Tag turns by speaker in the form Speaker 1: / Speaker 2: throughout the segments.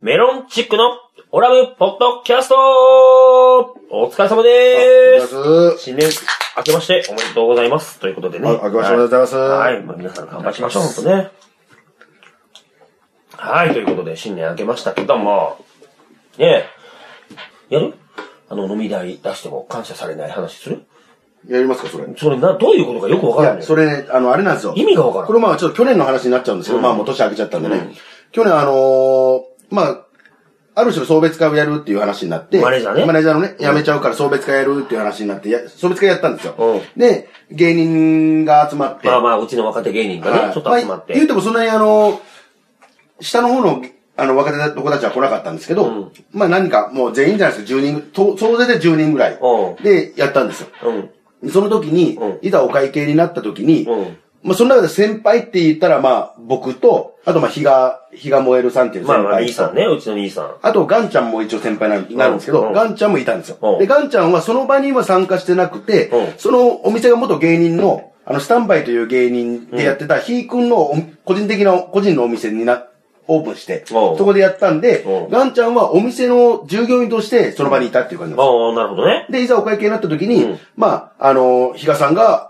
Speaker 1: メロンチックのオラブポッドキャストお疲れ様でーす
Speaker 2: あ
Speaker 1: 新年明けましておめでとうございます。ということでね。
Speaker 2: あ、明けましておめでとうございます。
Speaker 1: はい。はいまあ、皆さん乾杯しましょう、ほんとね。はい、ということで新年明けましたけども、ねえ、やるあの、飲み代出しても感謝されない話する
Speaker 2: やりますか、それ。い
Speaker 1: それな、どういうことかよくわからな
Speaker 2: や、
Speaker 1: い。
Speaker 2: それね、あの、あれなんですよ。
Speaker 1: 意味がわからん
Speaker 2: これまあ、ちょっと去年の話になっちゃうんですけど、まあ、もう年明けちゃったんでね。去年、あのーまあ、ある種の送別会をやるっていう話になって、
Speaker 1: マネージャーね
Speaker 2: マネージャーのね、辞めちゃうから送別会やるっていう話になって、や送別会やったんですよ。
Speaker 1: う
Speaker 2: で、芸人が集まって、
Speaker 1: まあまあ、うちの若手芸人が
Speaker 2: は
Speaker 1: ね、
Speaker 2: い
Speaker 1: ちょっと集まっ
Speaker 2: あ言う
Speaker 1: て。
Speaker 2: てもそんなにあの、下の方の、あの、若手の子たちは来なかったんですけど、
Speaker 1: うん
Speaker 2: まあ何か、もう全員じゃないですか、10人、と総勢で10人ぐらい
Speaker 1: うん
Speaker 2: でやったんですよ。
Speaker 1: うん。
Speaker 2: その時に
Speaker 1: うん、
Speaker 2: いざお会計になった時に、
Speaker 1: うん
Speaker 2: まあその中で先輩って言ったら、まあ僕と、あとまあ日が、日が燃えるさんっていう先
Speaker 1: まあ
Speaker 2: 輩と、
Speaker 1: まあ、兄さんね、うちの兄さん。
Speaker 2: あと、ガンちゃんも一応先輩なんなんですけ
Speaker 1: うんう
Speaker 2: ど、
Speaker 1: ん
Speaker 2: ガンちゃんもいたんです
Speaker 1: うん
Speaker 2: よ。で、ガンちゃんはその場には参加してなくて
Speaker 1: うん、
Speaker 2: そのお店が元芸人の、あの、スタンバイという芸人でやってた、ひーくんのお個人的な、個人のお店にな、オープンして、
Speaker 1: おう
Speaker 2: そこでやったんで
Speaker 1: おう、
Speaker 2: ガンちゃんはお店の従業員としてその場にいたっていう感じなんですよ
Speaker 1: ああ、なるほどね。
Speaker 2: で、いざお会計になった時に、
Speaker 1: うん
Speaker 2: まあ、あの、比嘉さんが、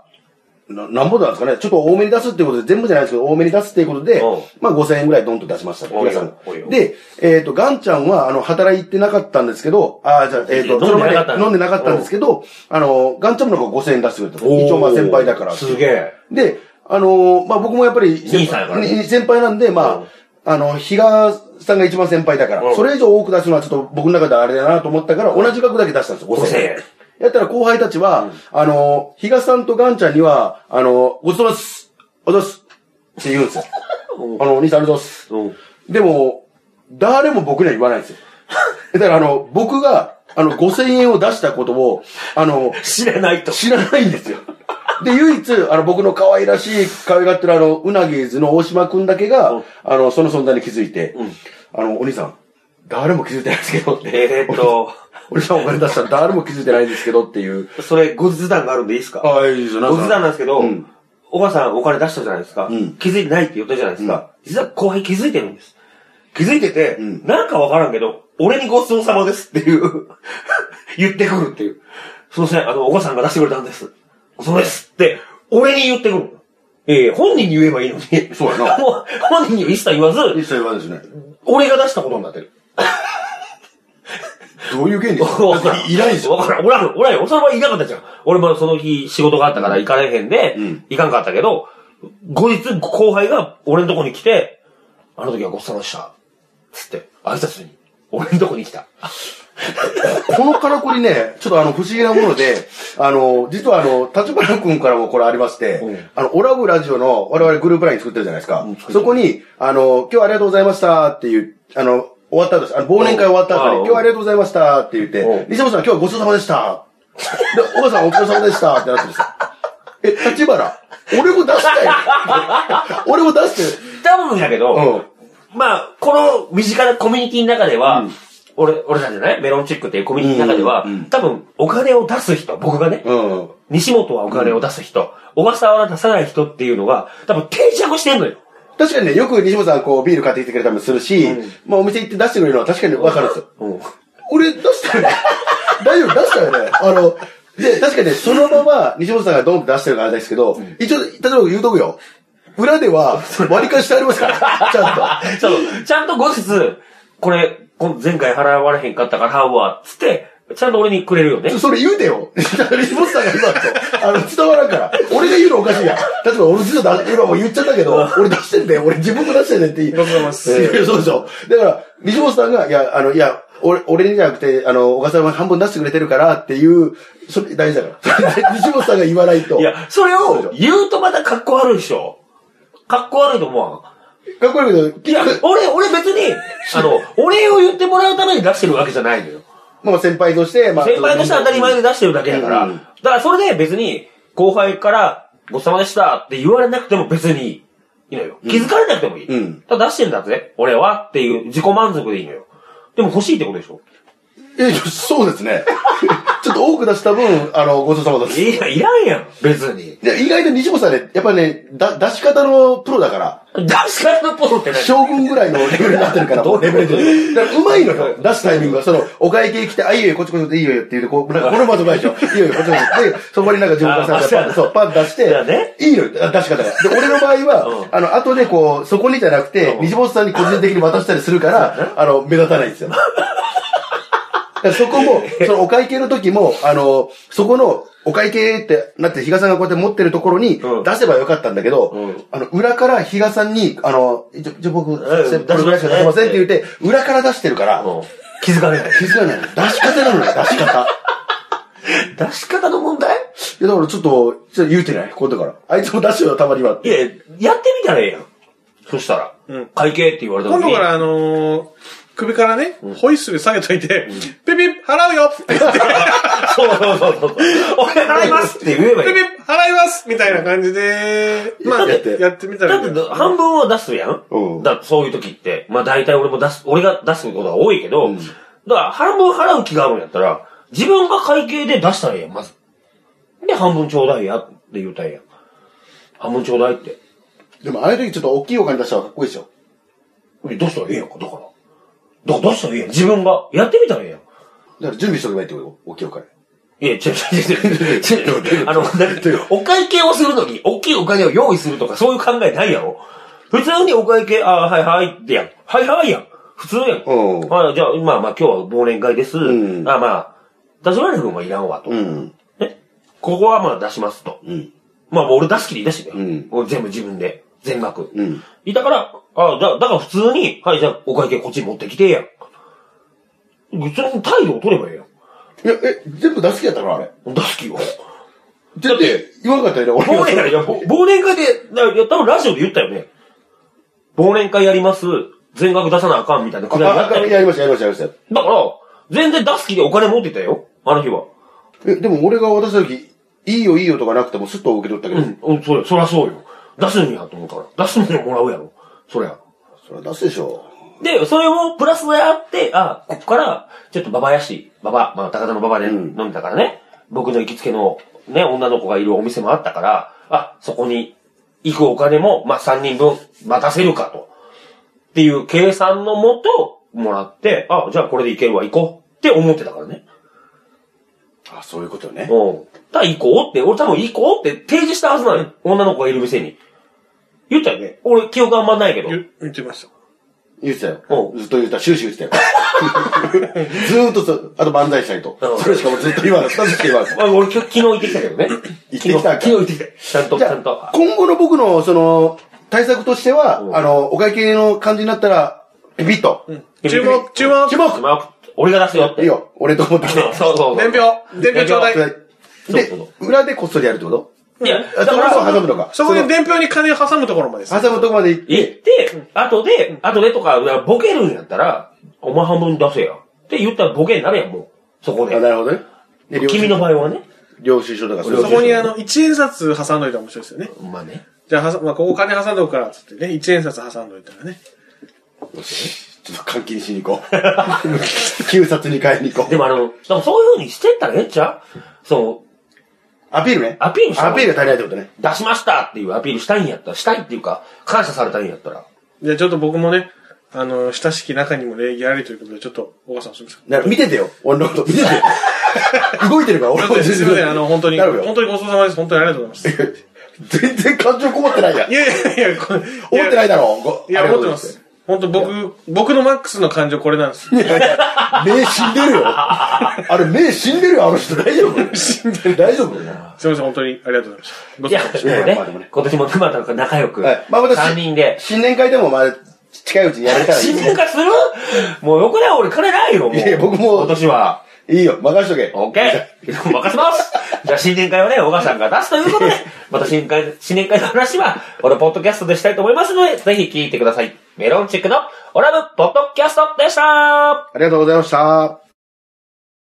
Speaker 2: ななんぼなんですかね、ちょっと多めに出すっていうことで、全部じゃないですけど、多めに出すっていうことで
Speaker 1: うん、
Speaker 2: まあ5000円ぐらいドンと出しました、比
Speaker 1: おいよ
Speaker 2: 嘉さんが
Speaker 1: おいよ。
Speaker 2: で、えっ、と、ガンちゃんは、あの、働いてなかったんですけど、ああ、じゃあ、えっ、と、
Speaker 1: 飲
Speaker 2: そ
Speaker 1: ん
Speaker 2: の
Speaker 1: でなかった
Speaker 2: 前に飲んでなかったんですけど、あの、ガンちゃんの方が5000円出してくれた。一応まあ先輩だから。
Speaker 1: すげえ。
Speaker 2: で、あのーまあ、僕もやっぱり、
Speaker 1: 兄さんやからね
Speaker 2: ね先輩なんで、
Speaker 1: うん
Speaker 2: まあ、あの、比嘉さんが一番先輩だか
Speaker 1: うん
Speaker 2: ら、それ以上多く出すのはちょっと僕の中であれだなと思ったから、同じ額だけ出したんですよ、5000
Speaker 1: 5000円
Speaker 2: 円。やったら後輩たちは、あのー、比嘉さんとガンちゃんには、あのー、ごちそうさまですおざすって言うんですよ。あの、お兄さんありがとうございます。
Speaker 1: うん。
Speaker 2: でも、誰も僕には言わないんですよ。だからあの、僕が、あの、5000円を出したことを、あの、
Speaker 1: 知らないと。
Speaker 2: 知らないんですよ。で、唯一、あの、僕の可愛らしい、可愛がってるあの、うなぎーずの大島くんだけが、
Speaker 1: うん
Speaker 2: あの、その存在に気づいて、
Speaker 1: うん
Speaker 2: あの、お兄さん、誰も気づいてないですけどって。
Speaker 1: えーっと、
Speaker 2: お兄さんお金出したら誰も気づいてないですけどっていう。
Speaker 1: それ、ご図談があるんでいいですか
Speaker 2: あ、いいです
Speaker 1: ご図談なんですけど
Speaker 2: うん、
Speaker 1: お母さんお金出したじゃないですか
Speaker 2: うん。
Speaker 1: 気づいてないって言ったじゃないですか。実は後輩気づいてるんです。気づいてて、
Speaker 2: うん
Speaker 1: なんかわからんけど、俺にごちそうさまですっていう、 言ってくるっていう。すいません、あの、お母さんが出してくれたんです。そうですって、俺に言ってくる。ええ本人に言えばいいのに。
Speaker 2: そうやな
Speaker 1: もう本人には一切言わず、
Speaker 2: 一切言わないですね。
Speaker 1: 俺が出したことになってる。
Speaker 2: どういう原理です
Speaker 1: わから
Speaker 2: か
Speaker 1: ん。
Speaker 2: いいないですよ。
Speaker 1: わからん。おらん、おらんよ。その場合いなかったじゃん。俺もその日仕事があったから行かれへんで、
Speaker 2: うん
Speaker 1: 行かんかったけど、後日後輩が俺のとこに来て、あの時はごちそうさまでした。つって、挨拶に、俺のとこに来 た。
Speaker 2: このからくりね、ちょっとあの、不思議なもので、あの、実はあの、立花くんからもこれありまして、
Speaker 1: うん
Speaker 2: あの、オラブラジオの我々グループライン作ってるじゃないですか。
Speaker 1: うん作ってる
Speaker 2: そこに、あの、今日はありがとうございましたっていう、あの、終わった後です。あの、忘年会終わった後に、
Speaker 1: うん
Speaker 2: 今日はありがとうございましたって言っ
Speaker 1: うん
Speaker 2: て、西本さん今日はごちそうさまでした。で、お母さんお疲れ様でしたってなってるんですよ。え、立花、俺も出したよ。俺も出してる。
Speaker 1: 多分やけど、
Speaker 2: うん。
Speaker 1: まあ、この身近なコミュニティの中では、
Speaker 2: うん
Speaker 1: 俺、俺たちね、メロンチックっていうコミュニティの中では、
Speaker 2: うんうん
Speaker 1: 多分お金を出す人、僕がね、
Speaker 2: うん。
Speaker 1: 西本はお金を出す人、小笠原は出さない人っていうのが、多分定着してんのよ。
Speaker 2: 確かにね、よく西本さんこうビール買ってきてくれたりもするし、
Speaker 1: うん
Speaker 2: まあお店行って出してくれるのは確かにわかるんですよ。
Speaker 1: うん。
Speaker 2: 俺出したよね。 大丈夫出したよね。あの、で、確かにね、そのまま西本さんがドンと出してるからあれですけど、一応、例えば言うとくよ。裏では割り返してありますから、ちゃん と。
Speaker 1: そう、ちゃんと後日、これ、この前回払われへんかったから払うわ、つって、ちゃんと俺にくれるよね
Speaker 2: そ。それ言うてよ。西本さんが今と、あの、伝わらんから。俺が言うのおかしいやん。例えば俺実は出今もう言っちゃったけど、俺出してんだよ。俺自分も出してんだよって言う。
Speaker 3: ごちそうさまです
Speaker 2: いやそうでしょ。だから、西本さんが、いや、あの、いや、俺、俺にじゃなくて、あの、小笠原は半分出してくれてるからっていう、それ大事だから。 西本さんが言わないと。
Speaker 1: いや、それ
Speaker 2: そうでし
Speaker 1: を
Speaker 2: ょ
Speaker 1: 言うとまた格好悪いでしょ。格好悪いと思わ
Speaker 2: かっこ悪いけ
Speaker 1: ん。
Speaker 2: ど、
Speaker 1: いや、俺、俺別に、あの、お礼を言ってもらうために出してるわけじゃないのよ。
Speaker 2: まあ先輩として、まあ。
Speaker 1: 先輩として当たり前で出してるだけだから。
Speaker 2: うん
Speaker 1: だからそれで別に、後輩から、ごちそうさまでしたって言われなくても別にいいのよ。気づかれなくてもいい。
Speaker 2: うん
Speaker 1: ただ出してんだぜ、俺はっていう自己満足でいいのよ。でも欲しいってことでしょ
Speaker 2: え、そうですね。 ちょっと多く出した分、あの、ごちそうさまです。
Speaker 1: いや、いらんやん、別に。
Speaker 2: で意外と西本さんね、やっぱね、だ出し方のプロだから、
Speaker 1: 出し方のプロって何
Speaker 2: 将軍ぐらいのレベルになってる から、
Speaker 1: どういうこと
Speaker 2: レベルで。だからうまいのよ、出すタイミングが。その、お会計来て、あ、いいよいいよ、こっちこっちでいいよいいよっていう、こう、なんか、このまとない でしょ。いいよいいよ、こっちこっちで。で、そこになんか自分から
Speaker 1: あ
Speaker 2: さ、パン、そう、パン出し
Speaker 1: そうだね
Speaker 2: て、いいのよ、あ出し方が。で、俺の場合
Speaker 1: うん
Speaker 2: は、あの、後でこう、そこにじゃなくて
Speaker 1: う、ん
Speaker 2: 西本さんに個人的に渡したりするから、あの、目立たないんですよ。だからそこも、そのお会計の時も、あの、そこの、お会計ってなって、比嘉さんがこうやって持ってるところに
Speaker 1: うん
Speaker 2: 出せばよかったんだけど、
Speaker 1: うん
Speaker 2: あの、裏から比嘉さんに、あの、一応一応僕、こ
Speaker 1: 出し
Speaker 2: れぐらいしか出せませんって言って、裏から出してるから、
Speaker 1: うん気づかれない。
Speaker 2: 気づかないの。出し方なのよ、出し方。
Speaker 1: 出し方の問題
Speaker 2: いや、だからちょっと、ちょっと言うてない、今度から。あいつも出してよ、たまには。
Speaker 1: いや、やってみたらええやん。そしたら。
Speaker 3: うん
Speaker 1: 会計って言われた
Speaker 3: 今
Speaker 1: 時に
Speaker 3: 度からあのー、首からね、ホイッスル下げといて、ピピッ払うよって言って、
Speaker 1: そうそうそうそう。俺払いますって言えば
Speaker 3: ピ
Speaker 1: いい
Speaker 3: ピ。ッ払いますみたいな感じで、まあ、
Speaker 2: や
Speaker 3: や
Speaker 2: って
Speaker 3: ってみた
Speaker 1: だ
Speaker 3: ら
Speaker 1: っ
Speaker 3: ね、
Speaker 1: て、半分は出すやん。
Speaker 2: うん
Speaker 1: だそういう時って。まあ大体俺も出す、俺が出すことが多いけど、
Speaker 2: うん
Speaker 1: だから半分払う気があるんやったら、自分が会計で出したらええやん、まず。で、半分ちょうだいやって言うたんやん。半分ちょうだいって。
Speaker 2: でも、ああいう時ちょっと大きいお金出したらかっこいいでしょ。
Speaker 1: え出したらええやんか、だから。だから出したらええやん、自分が。やってみたらええやん。
Speaker 2: だから準備しとけばいいってこと大きいお金。
Speaker 1: いや、違う違う違う違う違う。あの、だってお会計をするのに、大きいお金を用意するとか、そういう考えないやろ。普通にお会計、あはいはいってやん。はいはいやん。普通やん。
Speaker 2: うん
Speaker 1: はい、じゃあ、まあまあ今日は忘年会です。
Speaker 2: うん
Speaker 1: あまあ、出しられる分はいらんわと。
Speaker 2: うん。
Speaker 1: ね。ここはまあ出しますと。
Speaker 2: うん。
Speaker 1: まあ俺出す気でいいだしね。
Speaker 2: うん
Speaker 1: 俺全部自分で。全額。
Speaker 2: うん。
Speaker 1: いたから、あじゃあ、だから普通に、はい、じゃあお会計こっちに持ってきてやん。普通に態度を取ればええや
Speaker 2: いや、え、全部出す気やったから、あれ。
Speaker 1: ん。出す気を。
Speaker 2: だって、言わんかったよね、俺
Speaker 1: 忘年会、いや、ぼ忘年会で、だいや、多分ラジオで言ったよね。忘年会やります。全額出さなあかんみたいなくだりや
Speaker 2: あ
Speaker 1: った
Speaker 2: あ
Speaker 1: よ。
Speaker 2: やりました、やりました、やりました。
Speaker 1: だから、全然出す気でお金持ってたよ。あの日は。
Speaker 2: え、でも俺が渡した時、いいよいいよとかなくてもスッと受け取ったけど、
Speaker 1: うん、うん、そりゃ、そりゃそうよ。出すんやと思うから。出すものもらうやろ。そりゃ。
Speaker 2: それ出すでしょ。
Speaker 1: で、それをプラスであって、あ、ここから、ちょっとババヤシ、ババ、まあ、高田のババで
Speaker 2: うん
Speaker 1: 飲んだからね、僕の行きつけの、ね、女の子がいるお店もあったから、あ、そこに行くお金も、まあ、3人分待たせるかと。っていう計算のもと、もらって、あ、じゃあこれで行けるわ、行こうって思ってたからね。
Speaker 2: あ、そういうことね。
Speaker 1: うん。ただ行こうって、俺多分行こうって提示したはずなのよ。女の子がいる店に。言ったよね。俺記憶あんまないけど。
Speaker 3: 言言ってました。
Speaker 2: 言ってたよ。
Speaker 1: おう
Speaker 2: ずっと言ってた。終始言ってたよ。ずーっとそ、あと漫才したりと
Speaker 1: うん。
Speaker 2: それしかもずっと言わない。二つしか言わない。
Speaker 1: あ俺きょ昨日行ってきたけどね。
Speaker 2: 行ってきたんか
Speaker 1: 昨日昨日行ってきた。ちゃんと、ち
Speaker 2: じ
Speaker 1: ゃ
Speaker 2: ゃ
Speaker 1: んと
Speaker 2: あ、。今後の僕の、その、対策としては、
Speaker 1: うん
Speaker 2: あの、お会計の感じになったら、ピピッと。
Speaker 3: 注文、注文、
Speaker 2: 注目
Speaker 1: まあ俺が出すよって。
Speaker 2: いいよ。俺と思ってきて。
Speaker 1: そうそうそう。
Speaker 3: 伝票、伝票ちょうだい。
Speaker 1: そう
Speaker 2: で
Speaker 1: そう、
Speaker 2: 裏でこっそりやるってこと
Speaker 1: いや、
Speaker 2: あ
Speaker 1: だか
Speaker 2: そこ
Speaker 1: ら、
Speaker 2: そ挟
Speaker 1: 行
Speaker 2: むのか。
Speaker 3: そこに伝票に金挟むところまでです。
Speaker 2: 挟むとこまで行って
Speaker 1: って、後で、後でとか、ボケるんやったら、お前半分出せや。って言ったらボケになるやん、もう。そこ
Speaker 2: あ
Speaker 1: で。
Speaker 2: なるほどね。で領収
Speaker 1: 君の場合はね。
Speaker 2: 領収書とかそういう
Speaker 3: そこにあの、一円札挟んどいたら面白いですよね。
Speaker 1: まあね。
Speaker 3: じゃあ、はさまあ、ここ金挟んどくから、つってね、一円札挟んどいたらね。
Speaker 2: ちょっと換金しに行こう。 旧札に買いに行こ
Speaker 1: で
Speaker 2: う。
Speaker 1: もあの、でもそういう風にしてったらええんちゃうそ
Speaker 2: アピールね。
Speaker 1: アピールしたの
Speaker 2: アピールが足りないってことね。
Speaker 1: う、出しましたっていうアピールしたいんやったら、したいっていうか、感謝されたいんやったら。
Speaker 3: じゃあ、ちょっと僕もね、あの、親しき中にも礼儀ありということで、ちょっと、お母さんすみません。
Speaker 2: なる見ててよ。俺の こと。見ててよ。動いてるから、俺も
Speaker 3: すいません、あの、本当に、
Speaker 2: なるよ
Speaker 3: 本。当にごちそうさまです。本当にありがとうございます。
Speaker 2: 全然感情こもってないやん
Speaker 3: い。やいやいや、これ
Speaker 2: 思ってないだろ。ご
Speaker 3: いや、
Speaker 2: ありが
Speaker 3: 思
Speaker 2: とう
Speaker 3: って
Speaker 2: ご
Speaker 3: ま
Speaker 2: ざい
Speaker 3: す。本当僕、僕のマックスの感情これなんです。
Speaker 2: いやいや目死んでるよ。あれ、目死んでるよ、あの人。大丈夫死んでる。大丈夫はい
Speaker 3: すみません、本当にありがとうございました。ご
Speaker 1: い
Speaker 3: ち
Speaker 1: や
Speaker 3: そうさまで
Speaker 1: で
Speaker 3: し、た
Speaker 1: も
Speaker 2: まあでも
Speaker 1: ね
Speaker 2: ね、
Speaker 1: 今年も熊田と仲良く、。
Speaker 2: まあ、
Speaker 1: 3人で、
Speaker 2: 新年会でも、まあ、近いうちにやれたら い
Speaker 1: 新年
Speaker 2: い。
Speaker 1: 化するもうよくない俺金ないよ。もう
Speaker 2: いや僕も
Speaker 1: 今年は。
Speaker 2: いいよ、任しとけ。
Speaker 1: オッケー任せますじゃあ新年会をね、小川さんが出すという ことで、また新年会、新年会の話は、このポッドキャストでしたいと思いますので、ぜひ聞いてください。メロンチックのオラブポッドキャストでした
Speaker 2: ありがとうございました。